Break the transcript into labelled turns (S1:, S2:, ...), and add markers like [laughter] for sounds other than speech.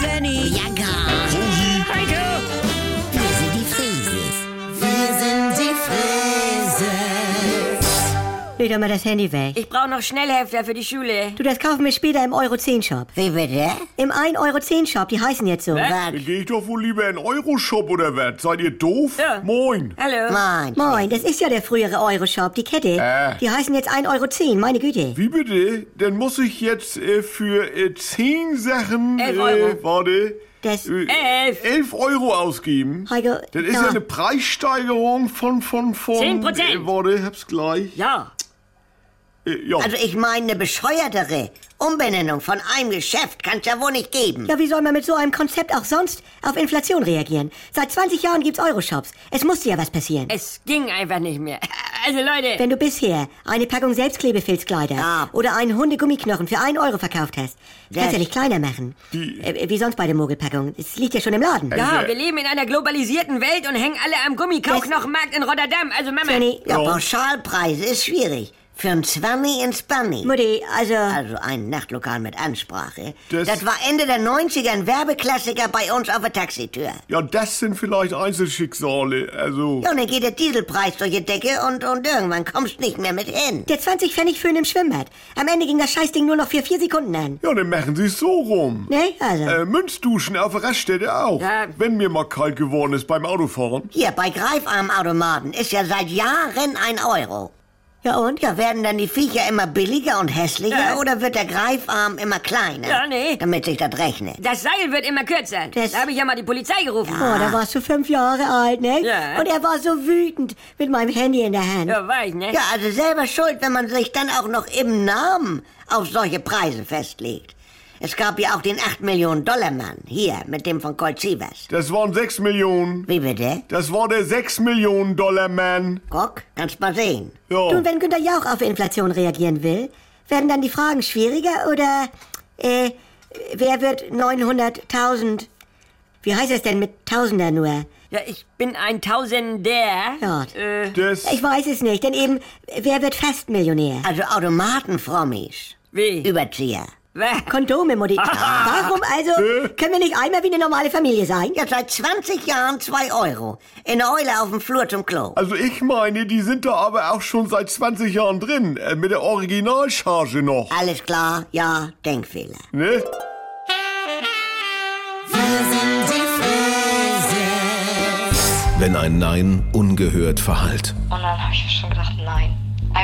S1: Conny.
S2: Ja, gar.
S1: Heiko.
S2: Wir sind die Frieses. Wir sind die Frieses.
S3: Leg doch mal das Handy weg.
S4: Ich brauche noch Schnellhefter für die Schule.
S3: Du, das kaufen wir später im Euro-10-Shop.
S2: Wie bitte?
S3: Im 1-Euro-10-Shop, die heißen jetzt so.
S2: Was?
S5: Dann gehe ich doch wohl lieber in Euroshop oder was? Seid ihr doof?
S4: Ja.
S5: Moin.
S4: Hallo.
S2: Moin.
S3: Moin, das ist ja der frühere Euro-Shop, die Kette.
S5: Äh.
S3: Die heißen jetzt 1,10 Euro, meine Güte.
S5: Wie bitte? Dann muss ich jetzt äh, für äh, 10 Sachen.
S4: Elf
S5: äh,
S4: Euro.
S5: Warte.
S3: Das-
S5: äh,
S4: Elf.
S5: 11 Euro ausgeben.
S3: Heiko,
S5: Das ist
S3: ja.
S5: ja eine Preissteigerung von, von, von...
S4: 10%.
S5: Äh, warte, hab's gleich.
S4: Ja.
S5: Äh, ja.
S2: Also ich meine eine bescheuertere Umbenennung von einem Geschäft kann's ja wohl nicht geben.
S3: Ja, wie soll man mit so einem Konzept auch sonst auf Inflation reagieren? Seit 20 Jahren gibt's Euro-Shops. Es musste ja was passieren.
S4: Es ging einfach nicht mehr. [laughs] Also Leute,
S3: Wenn du bisher eine Packung Selbstklebefilzkleider
S2: Ja.
S3: oder einen Hundegummiknochen für 1 Euro verkauft hast, kannst du
S2: Das-
S3: ja nicht kleiner machen.
S5: Die-
S3: Äh, wie sonst bei der Mogelpackung. Es liegt ja schon im Laden.
S4: ja, wir leben in einer globalisierten Welt und hängen alle am Gummikauknochenmarkt in Rotterdam. Also Mama.
S3: Jenny,
S2: Ja,
S5: Ja.
S2: Pauschalpreis ist schwierig. Für ein Zwanni ins Banni.
S3: Mutti, also...
S2: Also ein Nachtlokal mit Ansprache.
S5: Das-
S2: Das, war Ende der 90er ein Werbeklassiker bei uns auf der Taxitür.
S5: ja, das sind vielleicht Einzelschicksale. Also...
S2: Ja, und dann geht der Dieselpreis durch die Decke und, und irgendwann kommst nicht mehr mit hin.
S3: Der 20 Pfennig Föhn im Schwimmbad. Am Ende ging das Scheißding nur noch für 4 Sekunden an.
S5: Ja, dann machen sie es so rum.
S3: Ne? Also...
S5: Äh, Münzduschen auf der Raststätte auch.
S4: Ja.
S5: Wenn mir mal kalt geworden ist beim Autofahren.
S2: Hier, bei Greifarmautomaten ist ja seit Jahren ein Euro.
S3: Ja und?
S2: Ja, werden dann die Viecher immer billiger und hässlicher
S4: Ja.
S2: oder wird der Greifarm immer kleiner?
S4: Ja, nee.
S2: Damit sich das rechnet.
S4: Das Seil wird immer kürzer.
S3: Das-
S4: Da habe ich ja mal die Polizei gerufen.
S3: Oh, da warst du fünf Jahre alt, ne?
S4: Ah. Ja.
S3: Und er war so wütend mit meinem Handy in der Hand.
S4: Ja, war ich, ne?
S2: Ja, also selber schuld, wenn man sich dann auch noch im Namen auf solche Preise festlegt. Es gab ja auch den 8 Millionen Dollar Mann, hier, mit dem von Colt Sievers.
S5: Das waren 6 Millionen.
S2: Wie bitte?
S5: Das war der 6 Millionen Dollar Mann.
S2: Guck, kannst mal sehen.
S4: Oh.
S5: Ja.
S3: Du, und wenn Günter Jauch auf Inflation reagieren will, werden dann die Fragen schwieriger oder, äh, wer wird 900.000? Wie heißt es denn mit Tausender nur?
S4: Ja, ich bin ein Tausender.
S3: Ja.
S4: Äh,
S5: Das,
S3: Ich weiß es nicht, denn eben, wer wird fast Millionär?
S2: Also Automatenfrommis.
S4: wie?
S2: Überzieher.
S4: Was?
S3: Kondome, Mutti. Warum also? Können wir nicht einmal wie eine normale Familie sein?
S2: Ja, seit 20 Jahren 2 Euro. In der Eule auf dem Flur zum Klo.
S5: also ich meine, die sind da aber auch schon seit 20 Jahren drin. Äh, mit der Originalcharge noch.
S2: Alles klar, ja, Denkfehler.
S5: Ne?
S6: Wenn ein Nein ungehört verhallt.
S7: Und dann habe ich mir schon gedacht, nein.